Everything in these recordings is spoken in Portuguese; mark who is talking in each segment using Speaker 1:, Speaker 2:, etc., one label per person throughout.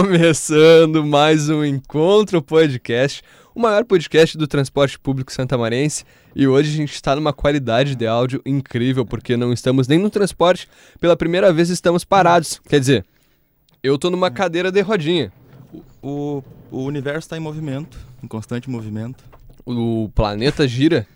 Speaker 1: Começando mais um Encontro Podcast, o maior podcast do transporte público santamarense. E hoje a gente está numa qualidade de áudio incrível, porque não estamos nem no transporte, pela primeira vez estamos parados. Quer dizer, eu tô numa cadeira de rodinha.
Speaker 2: O, o universo está em movimento, em constante movimento.
Speaker 1: O planeta gira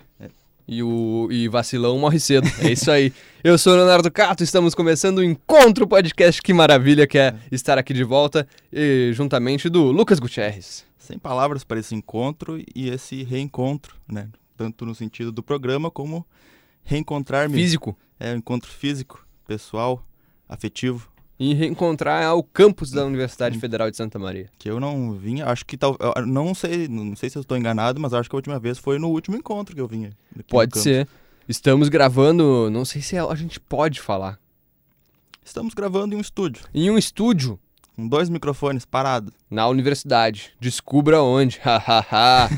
Speaker 1: e o e vacilão morre cedo. É isso aí. Eu sou o Leonardo Cato, estamos começando o Encontro Podcast. Que maravilha que é estar aqui de volta, e, juntamente do Lucas Gutierrez.
Speaker 2: Sem palavras para esse encontro e esse reencontro, né? Tanto no sentido do programa como reencontrar-me.
Speaker 1: Físico.
Speaker 2: É um encontro físico, pessoal, afetivo.
Speaker 1: E reencontrar ao campus da Universidade Federal de Santa Maria.
Speaker 2: Que eu não vinha, acho que tal, eu não sei, não sei se eu estou enganado, mas acho que a última vez foi no último encontro que eu vinha. aqui no
Speaker 1: Pode
Speaker 2: campus.
Speaker 1: ser. Estamos gravando, não sei se é, a gente pode falar,
Speaker 2: Estamos gravando em um estúdio,
Speaker 1: em um estúdio
Speaker 2: com dois microfones parados.
Speaker 1: na universidade. Descubra onde. Hahaha.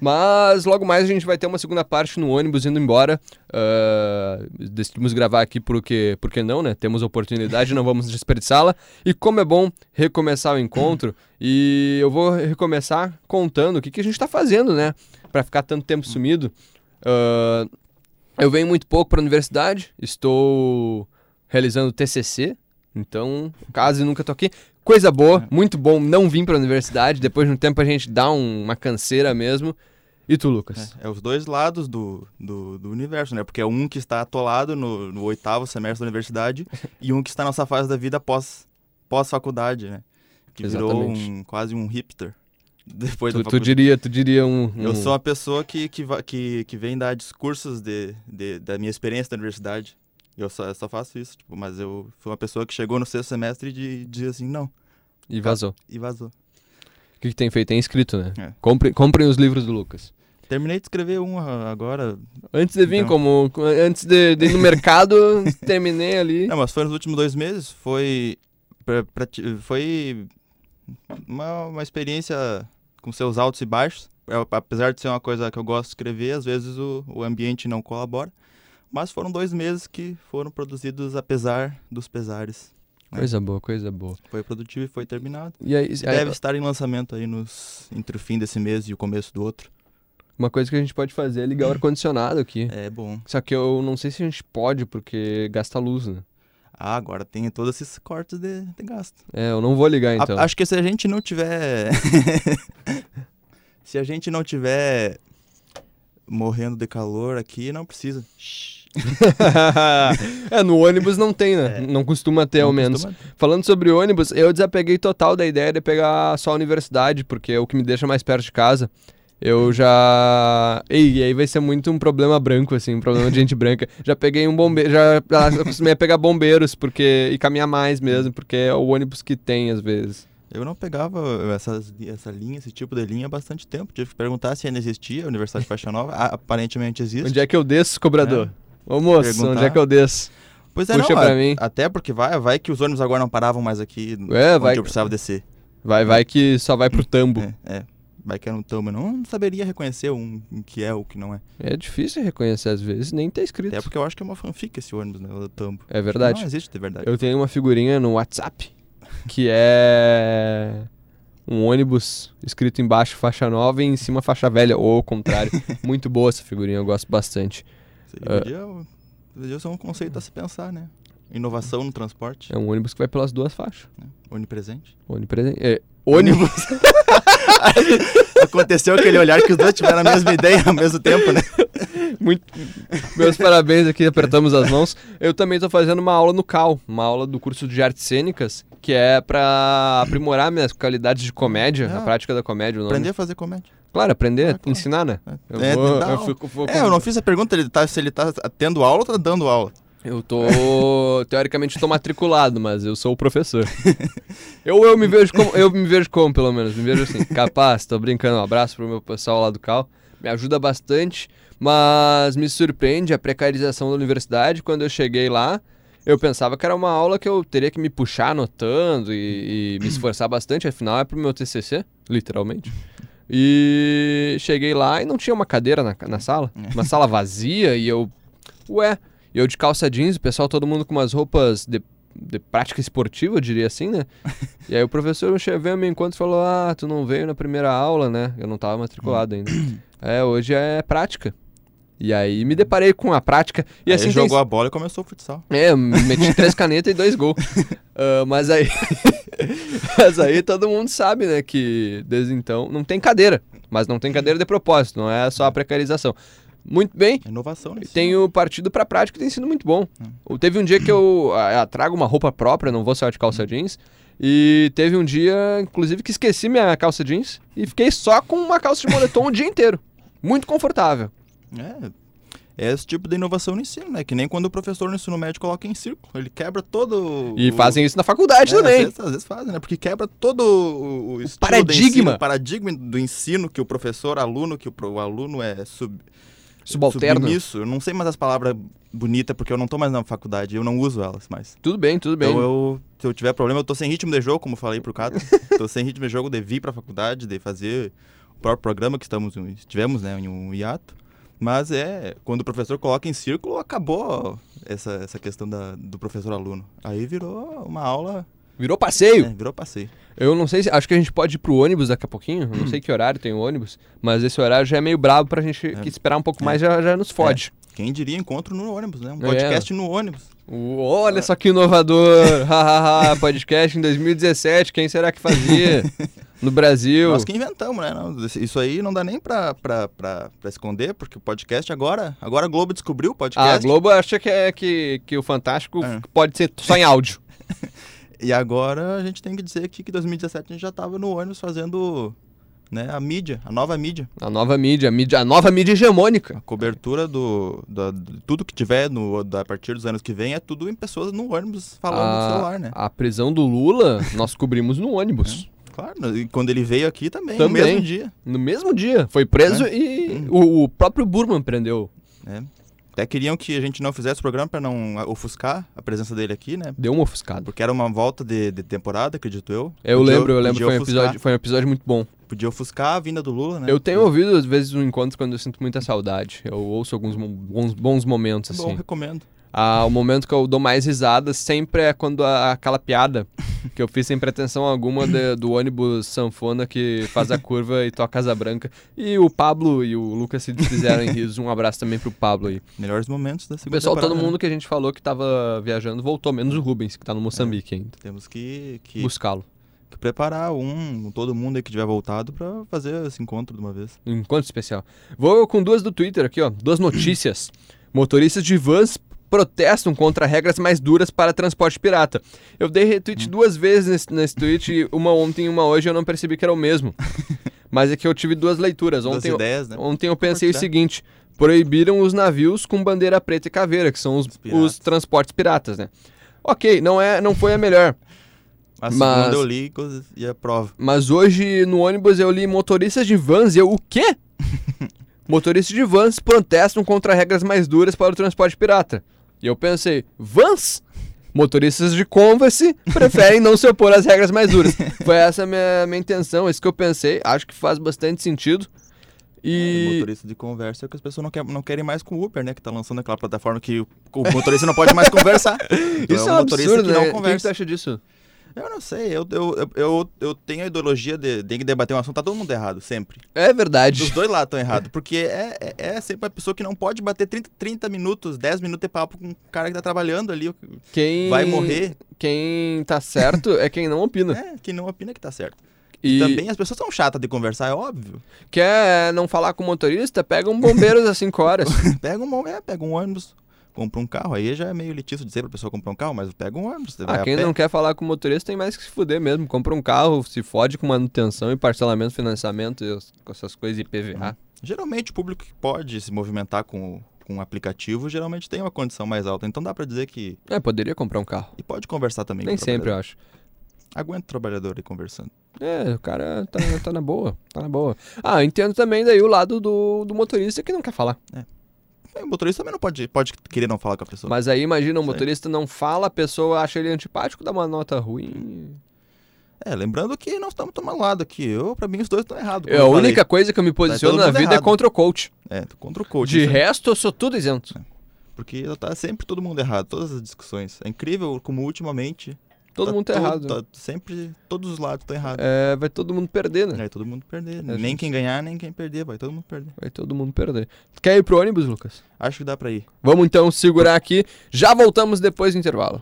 Speaker 1: Mas logo mais a gente vai ter uma segunda parte no ônibus indo embora. Ah, decidimos gravar aqui porque, porque não, né? Temos oportunidade, não vamos desperdiçá-la. E como é bom recomeçar o encontro, e eu vou recomeçar contando o que, que a gente tá fazendo, né? Pra ficar tanto tempo sumido. Ah, eu venho muito pouco pra universidade, estou realizando TCC, então quase nunca tô aqui. Coisa boa,
Speaker 2: É.
Speaker 1: muito bom não vir pra universidade, depois de um tempo a gente dá um- uma canseira mesmo. E tu, Lucas?
Speaker 2: É, é os dois lados do, do, do universo, né? Porque é um que está atolado no, no oitavo semestre da universidade e um que está nessa fase da vida pós, pós-faculdade, né? Que virou
Speaker 1: Exatamente.
Speaker 2: um- quase um hipster. Depois
Speaker 1: Tu,
Speaker 2: da
Speaker 1: tu
Speaker 2: faculdade.
Speaker 1: diria, tu diria um, um-
Speaker 2: Eu sou uma pessoa que, que, va- que, que vem dar discursos de, de- da minha experiência da universidade. Eu só, eu só faço isso, tipo, mas eu fui uma pessoa que chegou no sexto semestre e de- diz assim, não,
Speaker 1: e vazou.
Speaker 2: e vazou.
Speaker 1: O que, que tem feito? Tem escrito, né?
Speaker 2: É.
Speaker 1: Compre- comprem os livros do Lucas.
Speaker 2: Terminei de escrever um a- agora.
Speaker 1: Antes de vir,
Speaker 2: Então.
Speaker 1: como. co- Antes de, de ir no mercado, terminei ali.
Speaker 2: Não, É, mas foi nos últimos dois meses. Foi. pra- pra ti- foi uma, uma experiência com seus altos e baixos. Eu- Apesar de ser uma coisa que eu gosto de escrever, às vezes o, o ambiente não colabora. Mas foram dois meses que foram produzidos apesar dos pesares.
Speaker 1: Coisa boa, coisa boa.
Speaker 2: Foi produtivo e foi terminado.
Speaker 1: E aí,
Speaker 2: E
Speaker 1: aí,
Speaker 2: deve estar em lançamento aí nos, entre o fim desse mês e o começo do outro.
Speaker 1: uma coisa que a gente pode fazer é ligar o ar-condicionado aqui.
Speaker 2: Hum. É bom.
Speaker 1: Só que eu não sei se a gente pode, porque gasta luz, né?
Speaker 2: Ah, agora tem todos esses cortes de, de gasto.
Speaker 1: É, eu não vou ligar
Speaker 2: A-
Speaker 1: então.
Speaker 2: acho que se a gente não tiver. se a gente não tiver morrendo de calor aqui, não precisa.
Speaker 1: é, no ônibus não tem, né?
Speaker 2: É.
Speaker 1: Não costuma ter, ao
Speaker 2: Não
Speaker 1: menos.
Speaker 2: costuma-
Speaker 1: Falando sobre ônibus, eu desapeguei total da ideia de pegar só a universidade, porque é o que me deixa mais perto de casa. Eu já. Ei, e aí vai ser muito um problema branco, assim, um problema de gente branca. Já peguei um bombeiro. Já acostumei a pegar bombeiros, porque. E caminhar mais mesmo, porque é o ônibus que tem, às vezes.
Speaker 2: Eu não pegava essas, essa linha, esse tipo de linha há bastante tempo. Tive que perguntar se ainda existia a Universidade de Faixa Nova. Ah, aparentemente existe.
Speaker 1: Onde é que eu desço, cobrador? Ô moço,
Speaker 2: Perguntar.
Speaker 1: onde é que eu desço?
Speaker 2: Pois é,
Speaker 1: Puxa
Speaker 2: não,
Speaker 1: pra
Speaker 2: a-
Speaker 1: mim.
Speaker 2: até porque vai, vai que os ônibus agora não paravam mais aqui
Speaker 1: É,
Speaker 2: onde
Speaker 1: vai que-
Speaker 2: eu precisava descer.
Speaker 1: Vai, vai que só vai pro tambo.
Speaker 2: É, é. vai que era um tambo, eu não saberia reconhecer um, um que é ou que não é.
Speaker 1: É, difícil reconhecer às vezes, nem tá escrito.
Speaker 2: Até porque eu acho que é uma fanfic esse ônibus, né, o do tambo.
Speaker 1: É verdade.
Speaker 2: Não existe de verdade.
Speaker 1: Eu tenho uma figurinha no WhatsApp que é um ônibus escrito embaixo faixa nova e em cima faixa velha, ou ao contrário. Muito boa essa figurinha, eu gosto bastante.
Speaker 2: Seria, podia, podia ser um conceito a se pensar, né? Inovação no transporte,
Speaker 1: É um ônibus que vai pelas duas faixas.
Speaker 2: onipresente.
Speaker 1: Onipresente. é, ônibus.
Speaker 2: Aconteceu aquele olhar que os dois tiveram a mesma ideia ao mesmo tempo, né?
Speaker 1: Muito... Meus parabéns aqui, apertamos as mãos. Eu também tô fazendo uma aula no CAL, uma aula do curso de artes cênicas, que é pra aprimorar minhas qualidades de comédia, a
Speaker 2: Ah.
Speaker 1: prática da comédia. O nome.
Speaker 2: Aprender a fazer comédia.
Speaker 1: Claro, aprender,
Speaker 2: Ah, claro.
Speaker 1: ensinar, né? Eu,
Speaker 2: É,
Speaker 1: vou,
Speaker 2: dá
Speaker 1: eu,
Speaker 2: um-
Speaker 1: fico- vou
Speaker 2: É, eu não fiz a pergunta ele tá- se ele tá tendo aula ou tá dando aula.
Speaker 1: Eu tô. teoricamente tô matriculado, mas eu sou o professor. Eu, eu me vejo como. Eu me vejo como, pelo menos. Me vejo assim, capaz, tô brincando. Um abraço pro meu pessoal lá do Cal. Me ajuda bastante. Mas me surpreende a precarização da universidade. Quando eu cheguei lá, eu pensava que era uma aula que eu teria que me puxar anotando e, e me esforçar bastante. Afinal, é pro meu TCC, literalmente. E cheguei lá e não tinha uma cadeira na, na sala. Uma sala vazia e eu. Ué, e eu de calça jeans, o pessoal todo mundo com umas roupas de de prática esportiva, eu diria assim, né? E aí o professor me che- veio me encontro e falou: Ah, tu não veio na primeira aula, né? Eu não tava matriculado ainda. É, hoje é prática. E aí me deparei com a prática. E
Speaker 2: E
Speaker 1: assim
Speaker 2: assim
Speaker 1: tem-
Speaker 2: jogou a bola e começou o futsal.
Speaker 1: é, meti três canetas e dois gols. Ah, mas aí. mas aí todo mundo sabe, né? Que desde então. Não tem cadeira. Mas não tem cadeira de propósito, não é só a precarização. Muito bem.
Speaker 2: É inovação nisso.
Speaker 1: Tenho partido pra prática e tem sido muito bom.
Speaker 2: Hum.
Speaker 1: Teve um dia que eu ah, ah, trago uma roupa própria, não vou sair de calça jeans. E teve um dia, inclusive, que esqueci minha calça jeans e fiquei só com uma calça de moletom o dia inteiro. Muito confortável.
Speaker 2: É. É esse tipo de inovação no ensino, né? Que nem quando o professor no ensino médio coloca em círculo. Ele quebra todo.
Speaker 1: E
Speaker 2: o-
Speaker 1: fazem isso na faculdade
Speaker 2: É,
Speaker 1: também.
Speaker 2: Às vezes, às vezes fazem, né? Porque quebra todo o, o estilo
Speaker 1: paradigma.
Speaker 2: do ensino, o paradigma do ensino que o professor, aluno, que o, pro- o aluno é sub,
Speaker 1: Subalterno.
Speaker 2: submisso. Eu não sei mais as palavras bonitas, porque eu não tô mais na faculdade, eu não uso elas mais.
Speaker 1: Tudo bem, tudo bem.
Speaker 2: Então eu, se eu tiver problema, eu tô sem ritmo de jogo, como falei pro Cato. tô sem ritmo de jogo de vir pra faculdade, de fazer o próprio programa que estamos, tivemos, né, em um hiato. Mas é, quando o professor coloca em círculo, acabou essa, essa questão da- do professor-aluno. Aí virou uma aula,
Speaker 1: Virou passeio.
Speaker 2: né, virou passeio.
Speaker 1: Eu não sei se. Acho que a gente pode ir pro ônibus daqui a pouquinho. Eu não sei que horário tem o ônibus, mas esse horário já é meio brabo pra gente
Speaker 2: É.
Speaker 1: que esperar um pouco mais já, já nos fode.
Speaker 2: Quem diria encontro no ônibus, né? Um
Speaker 1: É.
Speaker 2: podcast no ônibus.
Speaker 1: O- olha só que inovador! Hahaha, podcast em 2017, quem será que fazia? No Brasil.
Speaker 2: Nós que inventamos, né? Não, isso aí não dá nem pra, pra, pra, pra esconder, porque o podcast agora... Agora a Globo descobriu o podcast.
Speaker 1: Ah, a Globo acha que, é, que, que o Fantástico
Speaker 2: É.
Speaker 1: pode ser só em áudio.
Speaker 2: E agora a gente tem que dizer aqui que em 2017 a gente já tava no ônibus fazendo né, a mídia, a nova mídia.
Speaker 1: A nova mídia, a, mídia, a nova mídia hegemônica.
Speaker 2: A cobertura do, da- de tudo que tiver no, da, a partir dos anos que vem é tudo em pessoas no ônibus falando
Speaker 1: a,
Speaker 2: no celular, né?
Speaker 1: a prisão do Lula nós cobrimos no ônibus.
Speaker 2: É. Claro, e quando ele veio aqui também,
Speaker 1: Também.
Speaker 2: no mesmo dia.
Speaker 1: No mesmo dia. Foi preso
Speaker 2: É.
Speaker 1: e
Speaker 2: Uhum.
Speaker 1: o, o próprio Burman prendeu.
Speaker 2: né? Até queriam que a gente não fizesse o programa para não ah, ofuscar a presença dele aqui, né?
Speaker 1: Deu uma ofuscada.
Speaker 2: Porque era uma volta de, de temporada, acredito eu.
Speaker 1: Eu
Speaker 2: Podia-
Speaker 1: lembro, eu lembro,
Speaker 2: podia
Speaker 1: foi um,
Speaker 2: ofuscar-
Speaker 1: episódio, foi um episódio muito bom.
Speaker 2: Podia ofuscar a vinda do Lula, né?
Speaker 1: Eu tenho ouvido, às vezes, um encontro quando eu sinto muita saudade. Eu ouço alguns mo- bons, bons momentos,
Speaker 2: é Bom,
Speaker 1: assim.
Speaker 2: recomendo.
Speaker 1: Ah, o momento que eu dou mais risada sempre é quando a- aquela piada que eu fiz sem pretensão alguma de- do ônibus sanfona que faz a curva e toca asa branca. E o Pablo e o Lucas se desfizeram em risos. Um abraço também pro Pablo aí.
Speaker 2: Melhores momentos da
Speaker 1: O
Speaker 2: segunda
Speaker 1: pessoal, todo
Speaker 2: temporada, né?
Speaker 1: mundo que a gente falou que tava viajando voltou, menos o Rubens, que tá no Moçambique ainda.
Speaker 2: Temos que, É. que,
Speaker 1: Buscá-lo.
Speaker 2: que preparar um, todo mundo aí que tiver voltado pra fazer esse encontro de uma vez.
Speaker 1: Um Encontro especial. Vou com duas do Twitter aqui, ó. Duas notícias. Motoristas de vans protestam contra regras mais duras para transporte pirata. Eu dei retweet
Speaker 2: Hum.
Speaker 1: duas vezes nesse, nesse tweet, uma ontem e uma hoje, eu não percebi que era o mesmo. Mas é que eu tive duas leituras.
Speaker 2: Duas
Speaker 1: Ontem, eu-
Speaker 2: ideias, né?
Speaker 1: ontem eu pensei o
Speaker 2: Compartilhar.
Speaker 1: seguinte: proibiram os navios com bandeira preta e caveira, que são os,
Speaker 2: piratas.
Speaker 1: os transportes piratas, né? Ok, não, é, não foi a melhor.
Speaker 2: A
Speaker 1: mas-
Speaker 2: segunda eu li e cos- e a prova.
Speaker 1: Mas hoje no ônibus eu li motoristas de vans e eu, o quê? motoristas de vans protestam contra regras mais duras para o transporte pirata. E eu pensei, vans? Motoristas de Converse preferem não se opor às regras mais duras. Foi essa a minha, minha intenção, isso que eu pensei. Acho que faz bastante sentido.
Speaker 2: O
Speaker 1: E.
Speaker 2: motorista de conversa é o que as pessoas não, quer- não querem mais com o Uber, né? Que tá lançando aquela plataforma que o o motorista não pode mais conversar. Então
Speaker 1: Isso
Speaker 2: um
Speaker 1: é um
Speaker 2: motorista
Speaker 1: absurdo,
Speaker 2: que
Speaker 1: né?
Speaker 2: não
Speaker 1: O que que tu
Speaker 2: conversa.
Speaker 1: acha disso?
Speaker 2: Eu não sei, eu, eu, eu, eu, eu tenho a ideologia de, de que debater um assunto, tá todo mundo errado, sempre.
Speaker 1: É
Speaker 2: Dos
Speaker 1: verdade.
Speaker 2: dois lados estão errados, porque é, é, é sempre a pessoa que não pode bater 30, 30 minutos, 10 minutos de papo com o cara que tá trabalhando ali,
Speaker 1: Quem.
Speaker 2: vai morrer.
Speaker 1: Quem tá certo é quem não opina.
Speaker 2: É, quem não opina que tá certo.
Speaker 1: E
Speaker 2: Também as pessoas são chatas de conversar, é óbvio.
Speaker 1: quer não falar com o motorista? Pega um bombeiro às 5 horas.
Speaker 2: Pega um, é, pega um ônibus, compra um carro. Aí já é meio litício dizer pra pessoa comprar um carro, mas pega um ônibus, você vai
Speaker 1: Ah,
Speaker 2: a
Speaker 1: quem
Speaker 2: pé.
Speaker 1: não quer falar com o motorista tem mais que se fuder mesmo. Compra um carro, se fode com manutenção e parcelamento, financiamento, e as- com essas coisas
Speaker 2: Uhum.
Speaker 1: IPVA.
Speaker 2: Geralmente o público que pode se movimentar com, o- com um aplicativo, geralmente tem uma condição mais alta. Então dá pra dizer que...
Speaker 1: É, poderia comprar um carro.
Speaker 2: E pode conversar também
Speaker 1: Nem
Speaker 2: com o
Speaker 1: sempre,
Speaker 2: trabalhador.
Speaker 1: eu acho.
Speaker 2: Aguenta o trabalhador aí conversando.
Speaker 1: É, o cara tá, tá na boa, tá na boa. Ah, eu entendo também daí o lado do, do motorista que não quer falar.
Speaker 2: Aí O motorista também não pode, pode querer não falar com a pessoa.
Speaker 1: Mas aí imagina, o
Speaker 2: Isso aí.
Speaker 1: motorista não fala, a pessoa acha ele antipático, dá uma nota ruim.
Speaker 2: É, lembrando que nós estamos tomando lado aqui. Eu, pra mim, os dois estão errados.
Speaker 1: É, a
Speaker 2: como eu falei. tá
Speaker 1: única coisa que eu me posiciono
Speaker 2: todo
Speaker 1: na
Speaker 2: mundo
Speaker 1: vida é
Speaker 2: errado.
Speaker 1: contra o coach.
Speaker 2: É, tô contra o coach.
Speaker 1: De
Speaker 2: isso aí.
Speaker 1: resto, eu sou tudo isento.
Speaker 3: Porque ela tá sempre todo mundo errado, todas as discussões. É incrível como ultimamente.
Speaker 4: Todo
Speaker 3: tá
Speaker 4: mundo tá
Speaker 3: to-
Speaker 1: né?
Speaker 4: errado.
Speaker 3: tá sempre, todos os lados estão errados.
Speaker 4: É, vai todo mundo perder, né?
Speaker 3: Aí todo mundo perder.
Speaker 4: É
Speaker 3: nem
Speaker 4: justo.
Speaker 3: quem ganhar, nem quem perder, vai todo mundo perder.
Speaker 4: Vai todo mundo perder. Tu quer ir pro ônibus, Lucas?
Speaker 3: Acho que dá pra ir.
Speaker 4: Vamos então segurar aqui. Já voltamos depois do intervalo.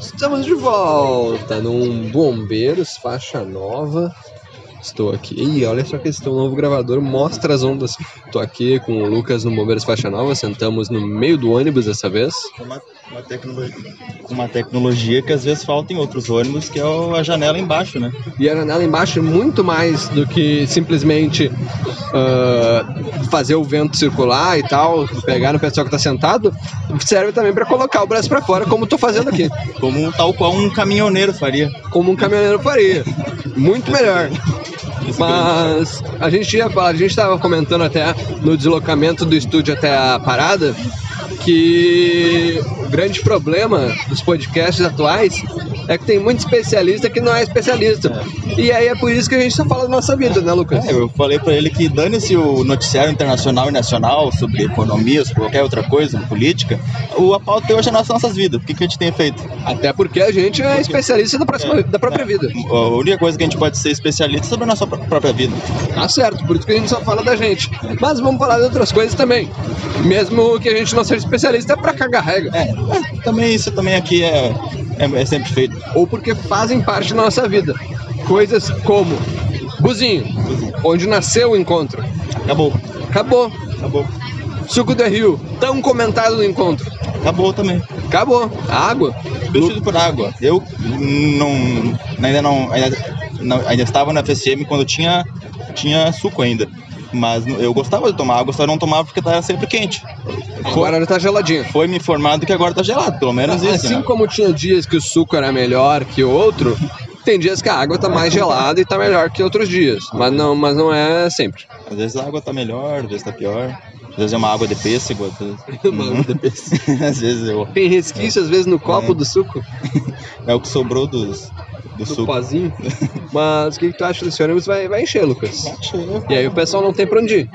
Speaker 1: Estamos de volta num Bombeiros Faixa Nova. Estou aqui. E olha só que esse teu novo gravador mostra as ondas. Estou aqui com o Lucas no Bombeiros Faixa Nova. Sentamos no meio do ônibus dessa vez.
Speaker 2: uma tecnologia, uma tecnologia que às vezes falta em outros ônibus, que é o- a janela embaixo, né?
Speaker 1: E a janela embaixo é muito mais do que simplesmente ah, fazer o vento circular e tal, pegar no pessoal que está sentado. Serve também para colocar o braço para fora, como estou fazendo aqui.
Speaker 2: Como um- tal qual um caminhoneiro faria.
Speaker 1: como um caminhoneiro faria. Muito melhor. Mas a gente ia falar, a gente estava comentando até no deslocamento do estúdio até a parada que o grande problema dos podcasts atuais é que tem muito especialista que não é especialista. E aí é por isso que a gente só fala da nossa vida, né, Lucas?
Speaker 2: É, eu falei pra ele que dane-se o noticiário internacional e nacional sobre economia, sobre qualquer outra coisa, política. O, a pauta hoje é nas nossas vidas. O que, que a gente tem feito?
Speaker 1: Até porque a gente é especialista da, próxima- da própria vida.
Speaker 2: A única coisa que a gente pode ser especialista é sobre a nossa pró- própria vida.
Speaker 1: Tá certo, por isso que a gente só fala da gente. Mas vamos falar de outras coisas também. Mesmo que a gente não seja especialista, é pra cagar regra.
Speaker 2: É, é, também isso também aqui é, é, é sempre feito.
Speaker 1: ou porque fazem parte da nossa vida. Coisas como Buzinho, onde nasceu o encontro.
Speaker 2: Acabou,
Speaker 1: Acabou.
Speaker 2: acabou,
Speaker 1: Suco do Rio, tão comentado no encontro.
Speaker 2: acabou também.
Speaker 1: Acabou. A água.
Speaker 2: Substituído por água. Eu não, ainda não, ainda, não- ainda estava na FSM quando tinha, tinha suco ainda. Mas eu gostava de tomar água, só não tomava porque estava sempre quente.
Speaker 1: Agora ela tá geladinha.
Speaker 2: Foi me informado que agora tá gelado, pelo menos isso.
Speaker 1: Assim
Speaker 2: né?
Speaker 1: como tinha dias que o suco era melhor que o outro, tem dias que a água tá mais gelada e tá melhor que outros dias. Mas não, mas não é sempre.
Speaker 2: Às vezes a água tá melhor, às vezes tá pior. Às vezes é uma água de pêssego, às
Speaker 1: Mano,
Speaker 2: vezes, às vezes eu-
Speaker 1: Tem resquício às vezes no copo do suco,
Speaker 2: é o que sobrou dos, do
Speaker 1: do
Speaker 2: suco.
Speaker 1: pozinho. Mas o que, que tu acha desse ônibus? Vai, vai encher, Lucas.
Speaker 2: Tá Achei.
Speaker 1: E aí o pessoal não tem pra onde ir.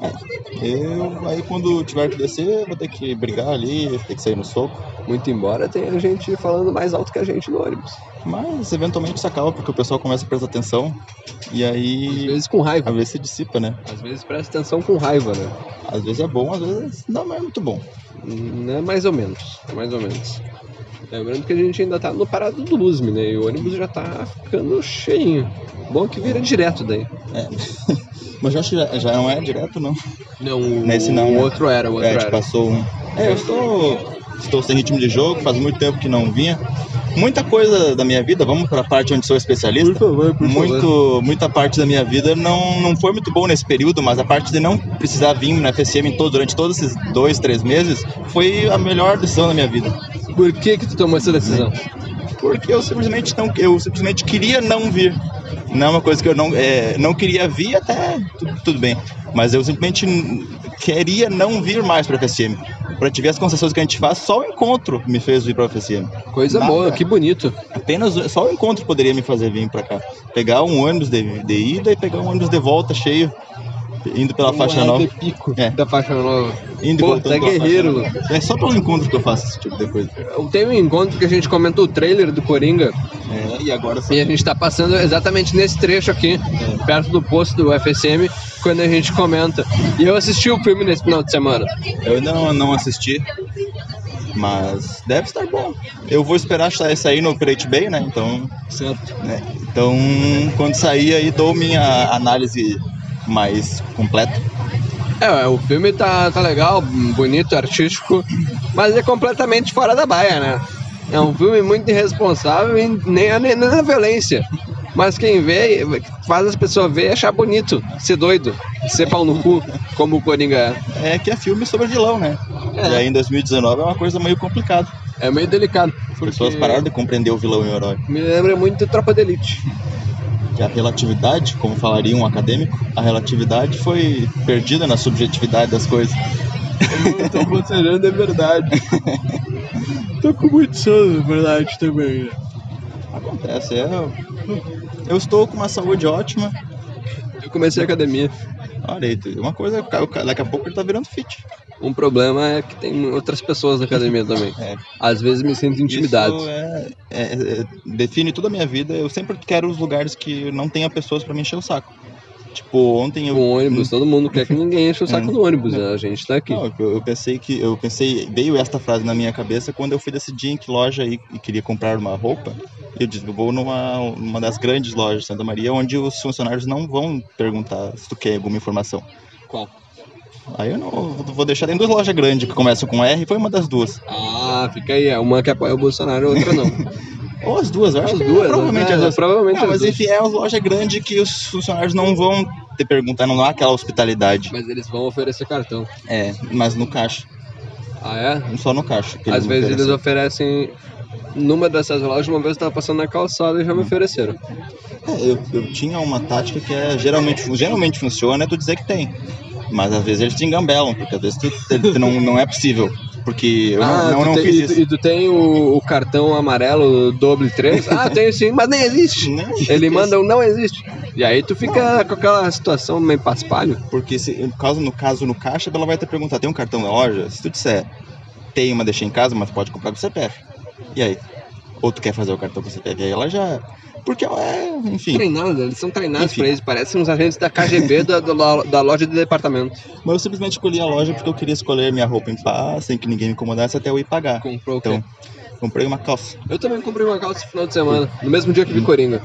Speaker 2: É, Eu, aí quando tiver que descer, vou ter que brigar ali, vou ter que sair no soco.
Speaker 1: Muito embora tenha gente falando mais alto que a gente no ônibus.
Speaker 2: Mas eventualmente isso acaba porque o pessoal começa a prestar atenção e
Speaker 1: Às
Speaker 2: aí
Speaker 1: vezes com raiva.
Speaker 2: às vezes se dissipa, né?
Speaker 1: Às vezes presta atenção com raiva, né?
Speaker 2: Às vezes é bom, às vezes não, mas é muito bom.
Speaker 1: Né, mais ou menos. Mais ou menos. Lembrando que a gente ainda tá no parado do Luzme, né? E o ônibus já tá ficando cheinho. Bom que vira direto daí.
Speaker 2: É. Mas eu acho que já, já não é direto, não.
Speaker 1: Não, o
Speaker 2: Nesse não, né?
Speaker 1: Um outro era, o outro
Speaker 2: É, a gente
Speaker 1: era.
Speaker 2: passou um. É, eu estou, estou sem ritmo de jogo, faz muito tempo que não vinha. Muita coisa da minha vida, vamos para a parte onde sou especialista.
Speaker 1: favor,
Speaker 2: Muito, muita parte da minha vida não, não foi muito bom nesse período, mas a parte de não precisar vir na FSM em todo, durante todos esses dois, três meses foi a melhor decisão da minha vida.
Speaker 1: Por que que tu tomou essa decisão?
Speaker 2: Uhum. porque eu simplesmente não eu simplesmente queria não vir não é uma coisa que eu não é, não queria vir até tu- tudo bem mas eu simplesmente n- queria não vir mais para a FSM para te ver as concessões que a gente faz só o encontro me fez vir para a FSM
Speaker 1: Coisa
Speaker 2: Nada.
Speaker 1: boa, que bonito.
Speaker 2: apenas o- só o encontro poderia me fazer vir para cá pegar um ônibus de, de ida e pegar um ônibus de volta cheio indo pela faixa nova
Speaker 1: De pico
Speaker 2: É.
Speaker 1: da faixa nova.
Speaker 2: indo e
Speaker 1: Pô,
Speaker 2: voltando
Speaker 1: tu é
Speaker 2: pela faixa
Speaker 1: guerreiro,
Speaker 2: nova. é só pelo encontro que eu faço esse tipo de coisa
Speaker 1: Tem um encontro que a gente comentou o trailer do Coringa.
Speaker 2: É, e agora
Speaker 1: E a gente está passando exatamente nesse trecho aqui, perto do posto do FSM, quando a gente comenta. E eu assisti o filme nesse final de semana.
Speaker 2: Eu ainda não, não assisti, mas deve estar bom. Eu vou esperar sa- sair no Pirate Bay, né? Então,
Speaker 1: Certo.
Speaker 2: né? então quando sair aí dou minha análise mais completa.
Speaker 1: É, o filme tá, tá legal, bonito, artístico, mas é completamente fora da baia, né? É um filme muito irresponsável e nem, a- nem na violência. Mas quem vê, faz as pessoas ver e achar bonito, ser doido, ser pau no cu, como o Coringa é.
Speaker 2: É que é filme sobre vilão, né?
Speaker 1: É.
Speaker 2: E aí em 2019 é uma coisa meio complicada.
Speaker 1: É meio delicado.
Speaker 2: As pessoas pararam de compreender o vilão e o herói.
Speaker 1: Me lembra muito de Tropa de Elite.
Speaker 2: Que a relatividade, como falaria um acadêmico, a relatividade foi perdida na subjetividade das coisas.
Speaker 1: Eu tô bocejando, é verdade. tô com muito sono, é verdade, também.
Speaker 2: Acontece, é. Eu estou com uma saúde ótima,
Speaker 1: Eu comecei a academia.
Speaker 2: Olha, aí, tem uma coisa, o ca- o ca- daqui a pouco ele tá virando fit.
Speaker 1: Um problema é que tem outras pessoas na academia também.
Speaker 2: É.
Speaker 1: Às vezes me sinto intimidado.
Speaker 2: Isso é- é- é- define toda a minha vida. Eu sempre quero os lugares que não tenha pessoas pra me encher o saco. Tipo, ontem eu.
Speaker 1: Com ônibus, todo mundo quer que ninguém enche o saco do ônibus, né? A gente tá aqui.
Speaker 2: Não, eu, eu pensei que eu pensei veio esta frase na minha cabeça quando eu fui decidir em que loja e, e queria comprar uma roupa. Eu disse eu vou numa uma das grandes lojas de Santa Maria onde os funcionários não vão perguntar se tu quer alguma informação.
Speaker 1: Qual?
Speaker 2: Aí eu não eu vou deixar tem duas lojas grandes que começam com R, foi uma das duas.
Speaker 1: Ah, fica aí. É uma que apoia o Bolsonaro, a outra não.
Speaker 2: Ou as duas, eu acho
Speaker 1: As
Speaker 2: que
Speaker 1: duas,
Speaker 2: provavelmente
Speaker 1: né?
Speaker 2: as duas.
Speaker 1: Provavelmente
Speaker 2: Não,
Speaker 1: as
Speaker 2: mas
Speaker 1: duas.
Speaker 2: enfim, é uma loja grande que os funcionários não vão te perguntar, não há aquela hospitalidade.
Speaker 1: Mas eles vão oferecer cartão.
Speaker 2: É, mas no caixa,
Speaker 1: Ah, é?
Speaker 2: só no caixa. que
Speaker 1: Às
Speaker 2: não
Speaker 1: vezes eles
Speaker 2: oferecem.
Speaker 1: oferecem. Numa dessas lojas, uma vez eu tava passando na calçada e já me ofereceram.
Speaker 2: É, eu, eu tinha uma tática que é geralmente, geralmente funciona, é tu dizer que tem. Mas às vezes eles te engambelam, porque às vezes tu, tu não, não é possível. Porque eu não,
Speaker 1: ah,
Speaker 2: não,
Speaker 1: tu
Speaker 2: não
Speaker 1: tem-
Speaker 2: fiz
Speaker 1: e tu-
Speaker 2: isso.
Speaker 1: E tu tem o, o cartão amarelo doble 3? Ah, tenho sim, mas nem existe.
Speaker 2: Não,
Speaker 1: Ele
Speaker 2: porque-
Speaker 1: manda um não existe. E aí tu fica com aquela situação meio paspalho.
Speaker 2: Porque se, no, caso, no caso, no caixa, ela vai te perguntar, tem um cartão na loja? Se tu disser, tem uma, deixei em casa, mas pode comprar com CPF. E aí? Ou tu quer fazer o cartão com CPF? E aí ela já... Porque ela é... Enfim.
Speaker 1: Treinados, eles são treinados
Speaker 2: Enfim.
Speaker 1: pra isso. Parecem uns agentes da KGB da, da lo- da loja de departamento.
Speaker 2: Mas eu simplesmente escolhi a loja porque eu queria escolher minha roupa em paz, sem que ninguém me incomodasse até eu ir pagar.
Speaker 1: Comprou o quê?
Speaker 2: Então, comprei uma calça.
Speaker 1: Eu também comprei uma calça no final de semana, no mesmo dia que vi Coringa.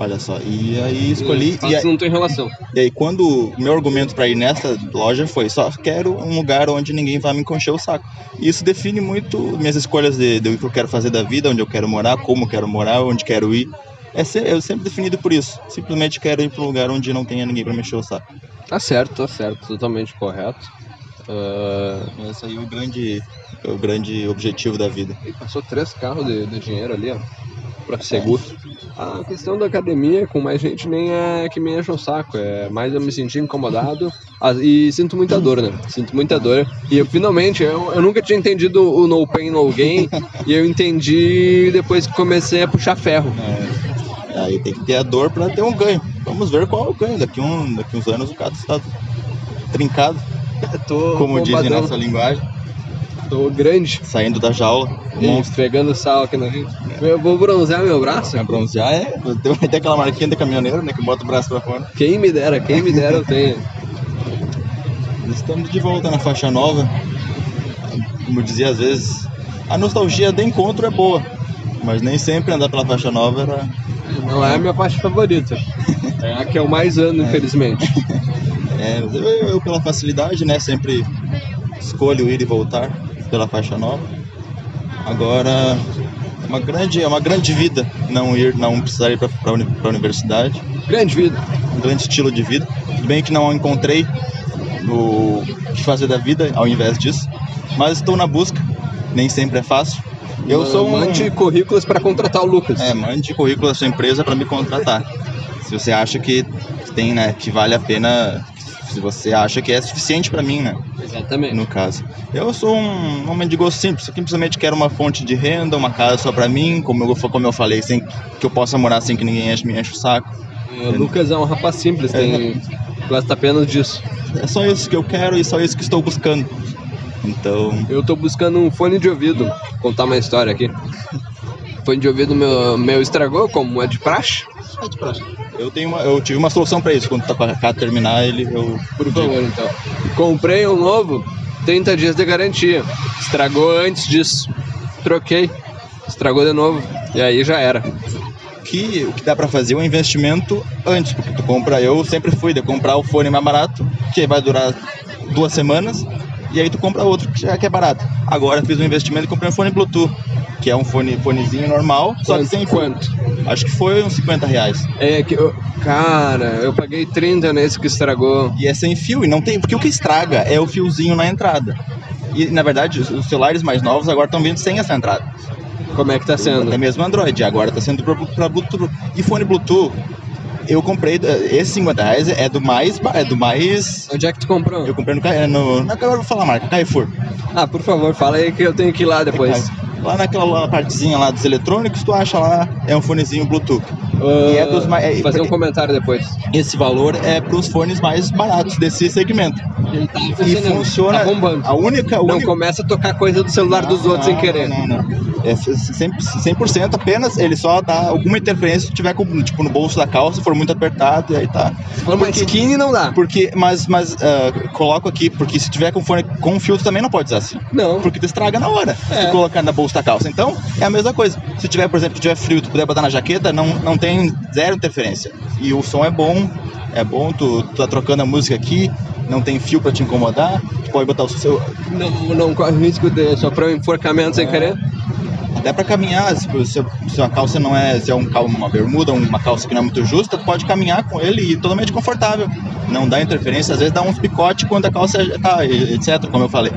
Speaker 2: Olha só. E aí Hum. escolhi...
Speaker 1: Fatos
Speaker 2: E aí,
Speaker 1: não tem relação.
Speaker 2: E aí, quando o meu argumento para ir nessa loja foi só quero um lugar onde ninguém vai me encher o saco. E isso define muito minhas escolhas de, de o que eu quero fazer da vida, onde eu quero morar, como eu quero morar, onde quero ir. É se- eu sempre definido por isso. Simplesmente quero ir para um lugar onde não tenha ninguém para mexer o saco.
Speaker 1: Tá certo, tá certo, totalmente correto. Ah,
Speaker 2: Esse aí é o grande, é o grande objetivo da vida.
Speaker 1: e passou três carros de, de dinheiro ali, ó. Pra seguro. A questão da academia com mais gente nem é que me enche o saco. É mais eu me senti incomodado ah, e sinto muita dor, né? Sinto muita dor. E eu finalmente, eu, eu nunca tinha entendido o no pain, no gain. e eu entendi depois que comecei a puxar ferro.
Speaker 2: É, aí tem que ter a dor para ter um ganho. Vamos ver qual é o ganho. Daqui, um, daqui uns anos o Cato está trincado,
Speaker 1: Tô
Speaker 2: como dizem
Speaker 1: bombadão,
Speaker 2: nessa linguagem,
Speaker 1: Tô grande.
Speaker 2: saindo da jaula. Monstro.
Speaker 1: Monstro, pegando sal aqui na gente. Eu vou bronzear meu braço.
Speaker 2: Pra bronzear é. Tem até aquela marquinha de caminhoneiro, né? Que bota o braço pra fora.
Speaker 1: Quem me dera, quem me dera eu tenho.
Speaker 2: Estamos de volta na faixa nova. Como eu dizia às vezes, a nostalgia de encontro é boa. Mas nem sempre andar pela faixa nova era.
Speaker 1: Não é a minha parte favorita. É a que eu mais ando, infelizmente.
Speaker 2: É, eu, eu, pela facilidade, né? Sempre escolho ir e voltar pela faixa nova. Agora, é uma grande, é uma grande vida não ir, não precisar ir pra, pra, uni- pra universidade.
Speaker 1: Grande vida.
Speaker 2: um grande estilo de vida. Tudo bem que não encontrei o que fazer da vida ao invés disso, mas estou na busca. Nem sempre é fácil. Eu sou um
Speaker 1: Mande currículos para contratar o Lucas.
Speaker 2: é, mande currículo à sua empresa para me contratar. Se você acha que tem, né, que vale a pena, se você acha que é suficiente para mim, né?
Speaker 1: Exatamente.
Speaker 2: no caso. Eu sou um homem de gosto simples, eu simplesmente quero uma fonte de renda, uma casa só pra mim, como eu, como eu falei, sem que eu possa morar sem que ninguém enche- me enche o saco.
Speaker 1: O Lucas é um rapaz simples, tem... gosta apenas disso.
Speaker 2: É só isso que eu quero e só isso que estou buscando. Então,
Speaker 1: Eu tô buscando um fone de ouvido. Vou contar uma história aqui. Fone de ouvido meu, meu estragou, como é de praxe.
Speaker 2: eu tenho uma, eu tive uma solução pra isso. Quando tá com a cara terminar, ele eu
Speaker 1: Por favor, então. Comprei um novo, 30 dias de garantia. Estragou antes disso. Troquei. Estragou de novo. E aí já era.
Speaker 2: que o que dá pra fazer é um investimento antes, porque tu compra, eu sempre fui de comprar o fone mais barato, que vai durar duas semanas, e aí tu compra outro que já que é barato. Agora eu fiz um investimento e comprei um fone Bluetooth, que é um fone fonezinho normal, só que sem fone.
Speaker 1: quanto?
Speaker 2: Acho que foi uns 50 reais.
Speaker 1: É que eu. Cara, eu paguei 30 nesse que estragou.
Speaker 2: E é sem fio, e não tem. Porque o que estraga é o fiozinho na entrada. E na verdade, os- os celulares mais novos agora estão vindo sem essa entrada.
Speaker 1: Como é que tá sendo?
Speaker 2: Até mesmo Android, agora tá sendo pra, pra Bluetooth. E fone Bluetooth, eu comprei, eh, esse 50 reais é do mais, ba- é do mais...
Speaker 1: Onde é que tu comprou?
Speaker 2: Eu comprei no, Ca- eh, no na- agora eu vou falar a marca, Carrefour.
Speaker 1: Ah, por favor, fala aí que eu tenho que ir lá depois.
Speaker 2: Lá naquela lá, partezinha lá dos eletrônicos, tu acha lá, é um fonezinho Bluetooth.
Speaker 1: ah,
Speaker 2: E é dos mais- é-
Speaker 1: fazer um comentário depois.
Speaker 2: Esse valor é para os fones mais baratos desse segmento.
Speaker 1: Ele tá
Speaker 2: E
Speaker 1: funcionando,
Speaker 2: funciona.
Speaker 1: Tá bombando.
Speaker 2: a única. a
Speaker 1: Não
Speaker 2: única-
Speaker 1: começa a tocar coisa do celular dos outros sem
Speaker 2: Não,
Speaker 1: querer.
Speaker 2: Não, não. É 100%, 100% apenas ele só dá alguma interferência se tiver com, tipo, no bolso da calça, se for muito apertado, e aí tá.
Speaker 1: Se for uma
Speaker 2: Porque-
Speaker 1: skinny, não dá.
Speaker 2: Porque, mas, mas ah, coloco aqui, porque se tiver com fone com filtro também não pode usar assim.
Speaker 1: Não.
Speaker 2: Porque tu estraga na hora, se
Speaker 1: É.
Speaker 2: tu colocar na bolsa da calça. Então, é a mesma coisa. Se tiver, por exemplo, se tiver frio, tu puder botar na jaqueta, não, não tem zero interferência. E o som é bom, é bom, tu, tu tá trocando a música aqui, não tem fio pra te incomodar, tu pode botar o seu,
Speaker 1: Não, não corre risco de sofrer um enforcamento sem
Speaker 2: É.
Speaker 1: querer.
Speaker 2: Até pra caminhar, se, se, se a calça não é, se é um, cal- uma bermuda, uma calça que não é muito justa, tu pode caminhar com ele e totalmente confortável. Não dá interferência, às vezes dá uns picote quando a calça já tá, e- etc, como eu falei.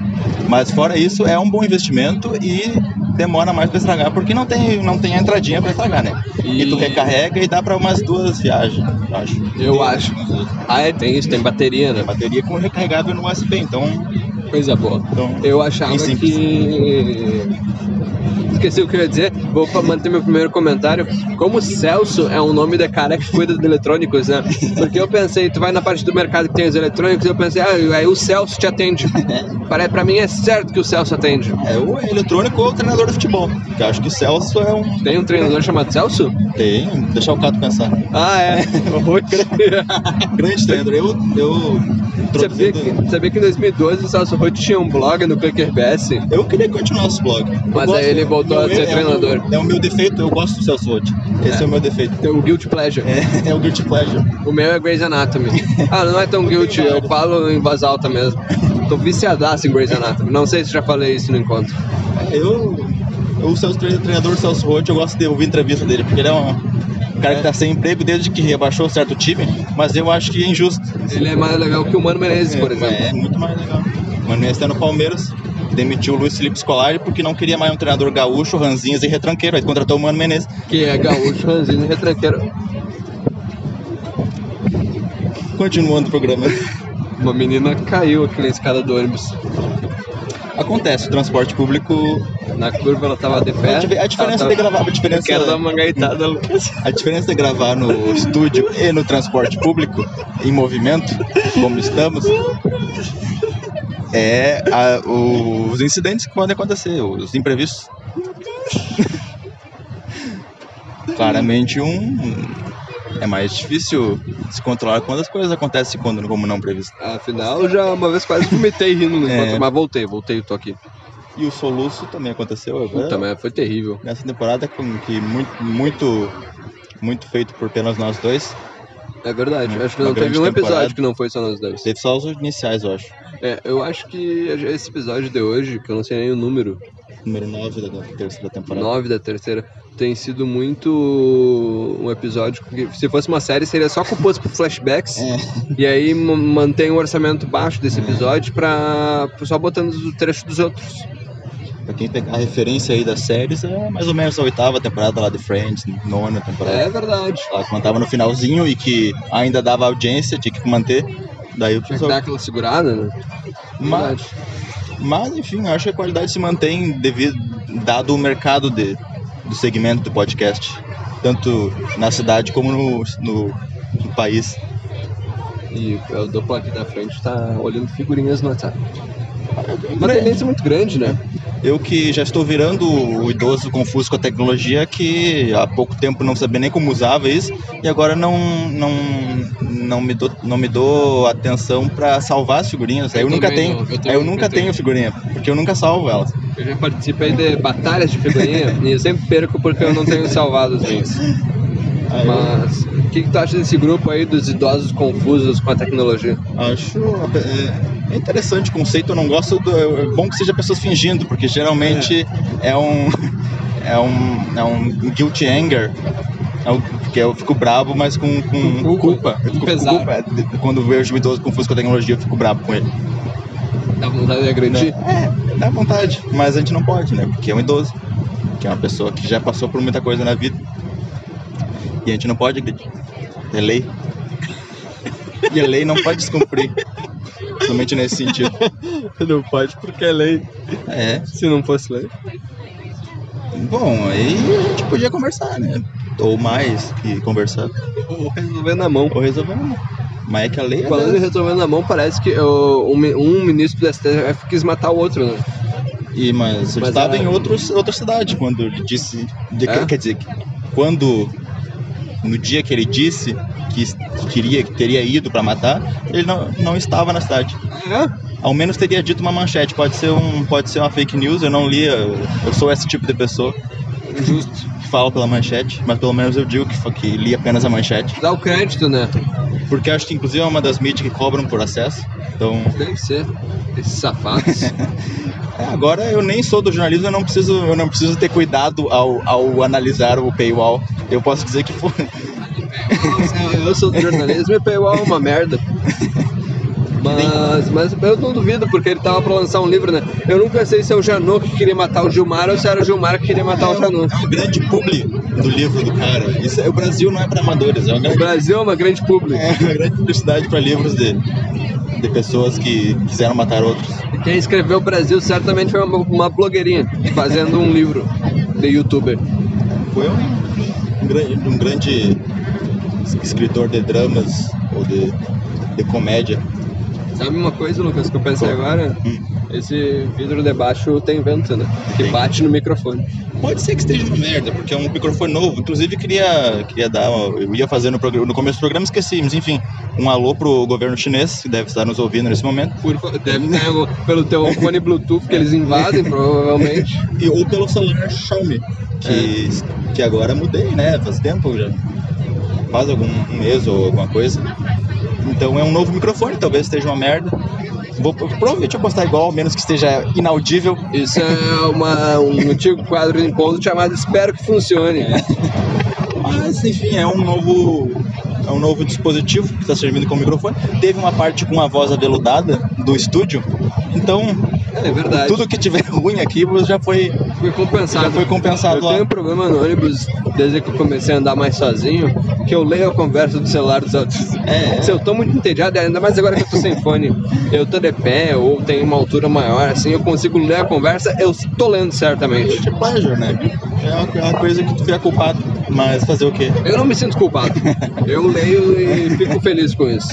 Speaker 2: Mas fora isso, é um bom investimento e demora mais pra estragar, porque não tem, não tem a entradinha pra estragar, né? E,
Speaker 1: E-
Speaker 2: tu recarrega e dá pra umas duas viagens, eu acho.
Speaker 1: Eu
Speaker 2: Duas,
Speaker 1: acho.
Speaker 2: umas duas.
Speaker 1: Ah, é, tem isso, tem bateria, né?
Speaker 2: Bateria com recarregável no USB, então...
Speaker 1: Coisa boa.
Speaker 2: então
Speaker 1: Eu achava
Speaker 2: Bem simples.
Speaker 1: que. Esqueci o que eu ia dizer, vou pa- manter meu primeiro comentário. Como Celso é um nome da cara que cuida dos eletrônicos, né? Porque eu pensei, tu vai na parte do mercado que tem os eletrônicos, eu pensei, ah, aí o Celso te atende. Para pra mim é certo que o Celso atende.
Speaker 2: é o eletrônico ou o treinador de futebol. Que eu acho que o Celso é um...
Speaker 1: Tem um treinador chamado Celso?
Speaker 2: Tem, deixar o Cato pensar.
Speaker 1: Ah, é. Vou crer.
Speaker 2: né? Grande treinador. Eu, eu
Speaker 1: sabia, que, sabia que em 2012 o Celso Roth tinha um blog no ClickRBS?
Speaker 2: Eu queria continuar esse blog. Eu
Speaker 1: Mas aí ele voltou
Speaker 2: meu-
Speaker 1: a ser
Speaker 2: é o-
Speaker 1: treinador.
Speaker 2: é o meu defeito, eu gosto do Celso Roth. Esse é. o meu defeito.
Speaker 1: Tem o Guilt Pleasure.
Speaker 2: É, é o Guilty Pleasure.
Speaker 1: O meu é Grey's Anatomy. Ah, não é tão guilty, eu falo em voz alta mesmo. Tô viciadaço em Grey's Anatomy. Não sei se já falei isso no encontro.
Speaker 2: Eu, eu o Celso, tre- treinador Celso Roth, eu gosto de ouvir entrevista dele, porque ele é um cara que tá sem emprego desde que rebaixou certo time, mas eu acho que é injusto.
Speaker 1: Ele é mais legal que o Mano Menezes, por
Speaker 2: É,
Speaker 1: exemplo.
Speaker 2: É, muito mais legal. Mano Menezes tá no Palmeiras, demitiu o Luiz Felipe Scolari porque não queria mais um treinador gaúcho, ranzinhas e retranqueiro, aí contratou o Mano Menezes.
Speaker 1: Que é gaúcho, ranzinho e retranqueiro.
Speaker 2: Continuando o programa.
Speaker 1: Uma menina caiu aqui na escada do ônibus.
Speaker 2: Acontece, o transporte público.
Speaker 1: Na curva ela tava de pé.
Speaker 2: A di- a diferença
Speaker 1: ela
Speaker 2: de é gravar, a
Speaker 1: Eu
Speaker 2: diferença,
Speaker 1: quero dar uma gaitada, Lucas.
Speaker 2: a diferença de gravar no estúdio e no transporte público, em movimento, como estamos, é a- o- os incidentes que podem acontecer, os imprevistos. Claramente um é mais difícil se controlar quando as coisas acontecem quando como não previsto.
Speaker 1: Afinal, já uma vez quase vomitei rindo no encontro,
Speaker 2: É.
Speaker 1: mas voltei, voltei, tô aqui.
Speaker 2: E o soluço também aconteceu agora.
Speaker 1: Puta, mas foi terrível.
Speaker 2: nessa temporada com que muito muito muito feito por apenas nós dois.
Speaker 1: É verdade.
Speaker 2: É,
Speaker 1: Acho que
Speaker 2: uma
Speaker 1: não teve
Speaker 2: grande
Speaker 1: um
Speaker 2: temporada.
Speaker 1: episódio que não foi só nós dois.
Speaker 2: Teve só os iniciais, eu acho.
Speaker 1: É, eu acho que esse episódio de hoje, que eu não sei nem o número,
Speaker 2: Número 9 da da terceira temporada.
Speaker 1: 9 da terceira, tem sido muito um episódio que se fosse uma série seria só composto por flashbacks
Speaker 2: É.
Speaker 1: e aí ma- mantém o orçamento baixo desse episódio pra só botando o trecho dos outros.
Speaker 2: Pra quem pegar a referência aí das séries, é mais ou menos a oitava temporada lá de Friends, nona temporada.
Speaker 1: É verdade.
Speaker 2: Lá que mandava no finalzinho e que ainda dava audiência, tinha que manter. Daí o
Speaker 1: Tinha que dar
Speaker 2: pessoal.
Speaker 1: aquela segurada, né?
Speaker 2: Mas,
Speaker 1: Verdade.
Speaker 2: mas enfim, eu acho que a qualidade se mantém devido, dado o mercado de, do segmento do podcast. Tanto na cidade como no, no, no país.
Speaker 1: E o duplo aqui da frente tá olhando figurinhas no WhatsApp. Uma
Speaker 2: Grande.
Speaker 1: tendência muito grande, né?
Speaker 2: Eu que já estou virando o idoso confuso com a tecnologia, que há pouco tempo não sabia nem como usava isso, e agora não, não, não, me, dou, não me dou atenção para salvar as figurinhas. Aí eu,
Speaker 1: Eu
Speaker 2: nunca
Speaker 1: também
Speaker 2: tenho,
Speaker 1: não, eu
Speaker 2: aí
Speaker 1: também
Speaker 2: eu
Speaker 1: nunca
Speaker 2: nunca
Speaker 1: tenho.
Speaker 2: tenho figurinha, porque eu nunca salvo elas.
Speaker 1: Eu já participei de batalhas de figurinha e eu sempre perco porque eu não tenho salvado os meus.
Speaker 2: Aí
Speaker 1: Mas o que, que tu acha desse grupo aí dos idosos confusos com a tecnologia?
Speaker 2: eu acho é, é interessante o conceito, eu não gosto do. É bom que seja pessoas fingindo, porque geralmente é, um. É um. É um guilty anger. É o- que eu fico bravo, mas com, com,
Speaker 1: Com culpa.
Speaker 2: culpa. Eu fico com
Speaker 1: Pesar.
Speaker 2: culpa. É, de- Quando eu vejo um idoso confuso com a tecnologia, eu fico bravo com ele.
Speaker 1: Dá vontade de agredir?
Speaker 2: É, dá vontade, mas a gente não pode, né? Porque é um idoso. Que é uma pessoa que já passou por muita coisa na vida. E a gente não pode agredir. É lei. E a lei não pode descumprir. Somente nesse sentido.
Speaker 1: Não pode porque é lei.
Speaker 2: É.
Speaker 1: Se não fosse lei.
Speaker 2: Bom, aí a gente podia conversar, né? ou mais que conversar,
Speaker 1: Ou resolver na mão.
Speaker 2: ou resolver na mão. Mas é que a lei é
Speaker 1: Falando em
Speaker 2: da-
Speaker 1: resolver na mão, parece que o- um, mi- um ministro do STF quis matar o outro, né?
Speaker 2: E, mas eu
Speaker 1: Mas
Speaker 2: estava
Speaker 1: a-
Speaker 2: em outros, outra cidade quando ele disse. de-
Speaker 1: É?
Speaker 2: Quer dizer, quando. No dia que ele disse que es- que queria, que teria ido para matar, ele não, não estava na cidade.
Speaker 1: É?
Speaker 2: Ao menos teria dito uma manchete. Pode ser, um, pode ser uma fake news, eu não li. Eu, eu sou esse tipo de pessoa
Speaker 1: Justo.
Speaker 2: que fala pela manchete, mas pelo menos eu digo que, fa- que li apenas a manchete.
Speaker 1: Dá o crédito, né?
Speaker 2: Porque acho que, inclusive, é uma das mídias que cobram por acesso. Então,
Speaker 1: Deve ser. Esses safados.
Speaker 2: É, Agora eu nem sou do jornalismo, eu não preciso, eu não preciso ter cuidado ao, ao analisar o paywall. Eu posso dizer que foi.
Speaker 1: assim, "Ah, Eu sou do jornalismo e o paywall é uma merda. Mas, mas eu não duvido, porque ele tava pra lançar um livro, né? Eu nunca sei se é o Janot que queria matar o Gilmar ou se era o Gilmar que queria matar o Janot.
Speaker 2: É um grande publi do livro do cara. Isso é, o Brasil não é para amadores, é uma
Speaker 1: O
Speaker 2: grande,
Speaker 1: Brasil é uma grande público.
Speaker 2: é uma grande publicidade para livros de, de pessoas que quiseram matar outros.
Speaker 1: Quem escreveu o Brasil certamente foi uma, uma blogueirinha fazendo um livro de youtuber.
Speaker 2: Foi um, um, grande, um grande escritor de dramas ou de, de comédia.
Speaker 1: Sabe uma É coisa, Lucas, que eu pensei
Speaker 2: Qual?
Speaker 1: agora? Esse vidro de baixo tem vento, né? Que
Speaker 2: Tem.
Speaker 1: bate no microfone.
Speaker 2: Pode ser que esteja uma merda, porque é um microfone novo. Inclusive, queria, queria dar. uma- Eu ia fazer no, programa, no começo do programa, esqueci, mas enfim. Um alô pro governo chinês, que deve estar nos ouvindo nesse momento.
Speaker 1: Por, fa- deve ter o- pelo teu fone Bluetooth que eles invadem, provavelmente.
Speaker 2: E, ou pelo celular Xiaomi, que, que agora mudei, né? Faz tempo já. Faz algum um mês ou alguma coisa. Então é um novo microfone, talvez esteja uma merda. Vou, provavelmente vou postar igual, ao menos que esteja inaudível.
Speaker 1: Isso é uma, um antigo quadro em ponto chamado Espero que Funcione. É,
Speaker 2: Mas enfim, é um novo é um novo dispositivo que está servindo como microfone. Teve uma parte com a voz aveludada do estúdio. Então,
Speaker 1: É, verdade.
Speaker 2: tudo que tiver ruim aqui já foi
Speaker 1: foi compensado.
Speaker 2: já foi compensado
Speaker 1: Eu
Speaker 2: lá.
Speaker 1: tenho um problema no ônibus desde que eu comecei a andar mais sozinho, que eu leio a conversa do celular dos outros.
Speaker 2: É.
Speaker 1: Se eu tô muito entediado, ainda mais agora que eu tô sem fone, eu tô de pé ou tenho uma altura maior, assim, eu consigo ler a conversa, eu tô lendo certamente.
Speaker 2: de pleasure, né? É uma, é uma coisa que tu fica culpado, mas fazer o quê?
Speaker 1: Eu não me sinto culpado. Eu leio e fico feliz com isso.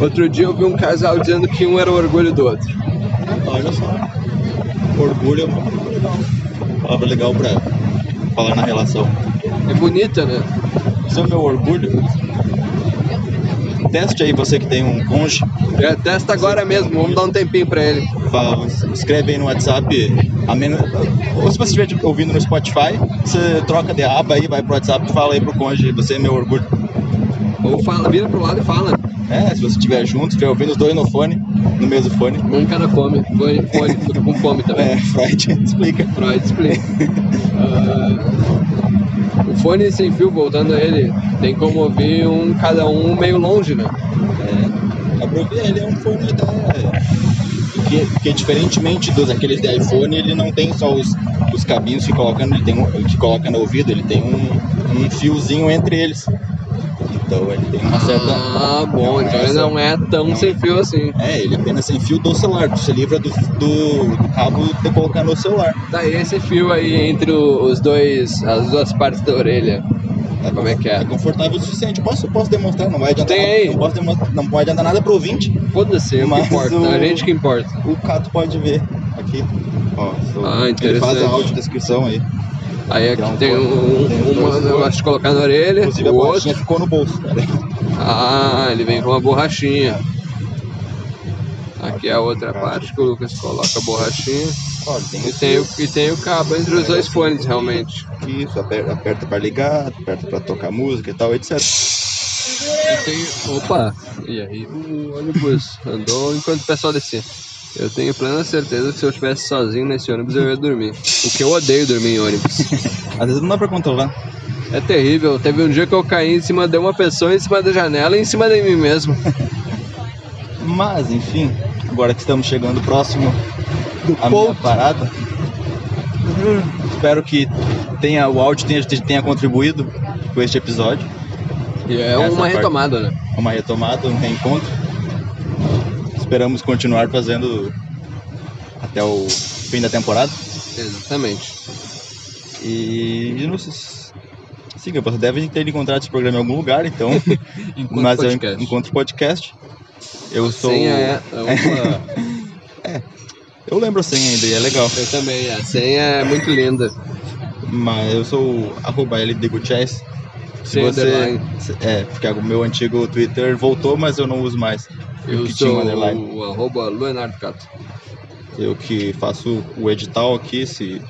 Speaker 1: Outro dia eu vi um casal dizendo que um era o orgulho do outro.
Speaker 2: Olha só. Orgulho é uma palavra legal. Palavra legal pra falar na relação.
Speaker 1: É bonita, né?
Speaker 2: Isso é o meu orgulho. Teste aí você que tem um cônjuge
Speaker 1: É, testa agora mesmo, vamos dar um tempinho pra ele.
Speaker 2: Fala, escreve aí no WhatsApp. A menos, ou se você estiver ouvindo no Spotify, você troca de aba aí, vai pro WhatsApp e fala aí pro cônjuge, você é meu orgulho.
Speaker 1: Ou fala, vira pro lado e fala.
Speaker 2: É, se você estiver junto, estiver ouvindo os dois no fone, no mesmo fone.
Speaker 1: Um cara fome, foi fome, fica com fome também.
Speaker 2: É, Freud explica.
Speaker 1: Freud explica. Ah, o fone sem fio, voltando a ele, tem como ouvir um cada um meio longe, né?
Speaker 2: É, dá pra ver, ele é um fone da. Que, que diferentemente dos aqueles de iPhone, ele não tem só os, os cabinhos que coloca, no- ele tem um, que coloca no ouvido, ele tem um, um fiozinho entre eles. Então ele tem uma certa.
Speaker 1: Ah, bom,
Speaker 2: Não,
Speaker 1: então ele
Speaker 2: essa-
Speaker 1: não é tão
Speaker 2: não.
Speaker 1: sem fio assim.
Speaker 2: É, ele apenas sem fio do celular, tu se livra do, do, do cabo de colocar no celular.
Speaker 1: Tá, e esse fio aí entre o- os dois, as duas partes da orelha. Como é que é?
Speaker 2: É confortável o suficiente. Posso, posso demonstrar, não vai adiantar.
Speaker 1: Tem
Speaker 2: nada-
Speaker 1: aí.
Speaker 2: Não, posso demonstrar, não pode adiantar nada pro ouvinte.
Speaker 1: Foda-se, eu que
Speaker 2: Mas
Speaker 1: importa,
Speaker 2: o-
Speaker 1: a gente que importa.
Speaker 2: O Cato pode ver aqui. Ó, sou-
Speaker 1: Ah,
Speaker 2: ele faz a
Speaker 1: interessante.
Speaker 2: audiodescrição aí.
Speaker 1: Aí aqui
Speaker 2: Dá um
Speaker 1: tem
Speaker 2: corte.
Speaker 1: um,
Speaker 2: Tem os
Speaker 1: um,
Speaker 2: dois
Speaker 1: negócio de colocar na orelha,
Speaker 2: Inclusive a
Speaker 1: o
Speaker 2: bolachinha
Speaker 1: outro.
Speaker 2: ficou no bolso. cara.
Speaker 1: Ah, ele vem com uma borrachinha. Aqui é a outra parte que o Lucas coloca a borrachinha.
Speaker 2: Olha, tem
Speaker 1: E
Speaker 2: esse-
Speaker 1: tem, o- e tem o cabo entre os dois fones, realmente.
Speaker 2: Isso, aper- aperta pra ligar, aperta pra tocar música e tal, etc.
Speaker 1: E tem. Opa! E aí o ônibus andou enquanto o pessoal descia. Eu tenho plena certeza que se eu estivesse sozinho nesse ônibus eu ia dormir. O que eu odeio dormir em ônibus.
Speaker 2: Às vezes não dá pra controlar.
Speaker 1: É terrível. Teve um dia que eu caí em cima de uma pessoa, em cima da janela e em cima de mim mesmo.
Speaker 2: Mas, enfim, agora que estamos chegando próximo
Speaker 1: Do
Speaker 2: a minha
Speaker 1: ponto.
Speaker 2: parada. Espero que tenha, o áudio tenha, tenha contribuído com este episódio.
Speaker 1: E é
Speaker 2: Essa
Speaker 1: uma
Speaker 2: parte.
Speaker 1: retomada, né?
Speaker 2: Uma retomada, um reencontro. Esperamos continuar fazendo até o fim da temporada.
Speaker 1: Exatamente.
Speaker 2: E, e nos- se, siga. Você deve ter encontrado esse programa em algum lugar, então.
Speaker 1: Enquanto
Speaker 2: mas eu
Speaker 1: podcast.
Speaker 2: en- encontro o podcast. Eu sou. É,
Speaker 1: Senha é, é uma-
Speaker 2: Eu lembro a senha ainda, e é legal.
Speaker 1: eu também, a senha é muito linda.
Speaker 2: Mas eu sou o arroba LD Gutierrez. Se
Speaker 1: Senha
Speaker 2: você.
Speaker 1: underline.
Speaker 2: É, porque o meu antigo Twitter voltou, mas eu não uso mais. Eu
Speaker 1: Eu
Speaker 2: que tinha
Speaker 1: sou
Speaker 2: um underline.
Speaker 1: o arroba Leonardo Cato.
Speaker 2: Eu que faço o edital aqui, se,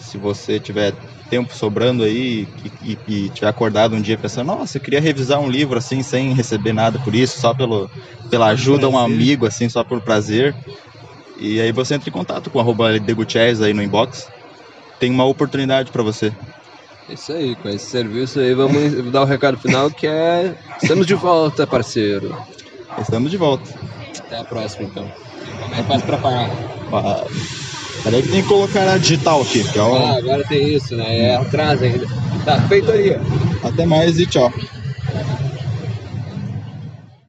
Speaker 2: se você tiver tempo sobrando aí e, e- e tiver acordado um dia pensando, nossa, eu queria revisar um livro assim, sem receber nada por isso, só pelo, pela ajuda a um
Speaker 3: prazer.
Speaker 2: amigo, assim, só por prazer. E aí você entra em contato com o arroba LD Gutierrez aí no inbox. Tem uma oportunidade para você.
Speaker 1: É Isso aí, com esse serviço aí, vamos dar o recado final que é. Estamos de volta, parceiro.
Speaker 2: Estamos de volta.
Speaker 1: Até a próxima, então. Como é que faz pra pagar?
Speaker 2: Ah, Peraí que tem que colocar a digital aqui. Então,
Speaker 1: Ah, agora tem isso, né? É atrás ainda. Tá, feitoria.
Speaker 2: até mais e tchau.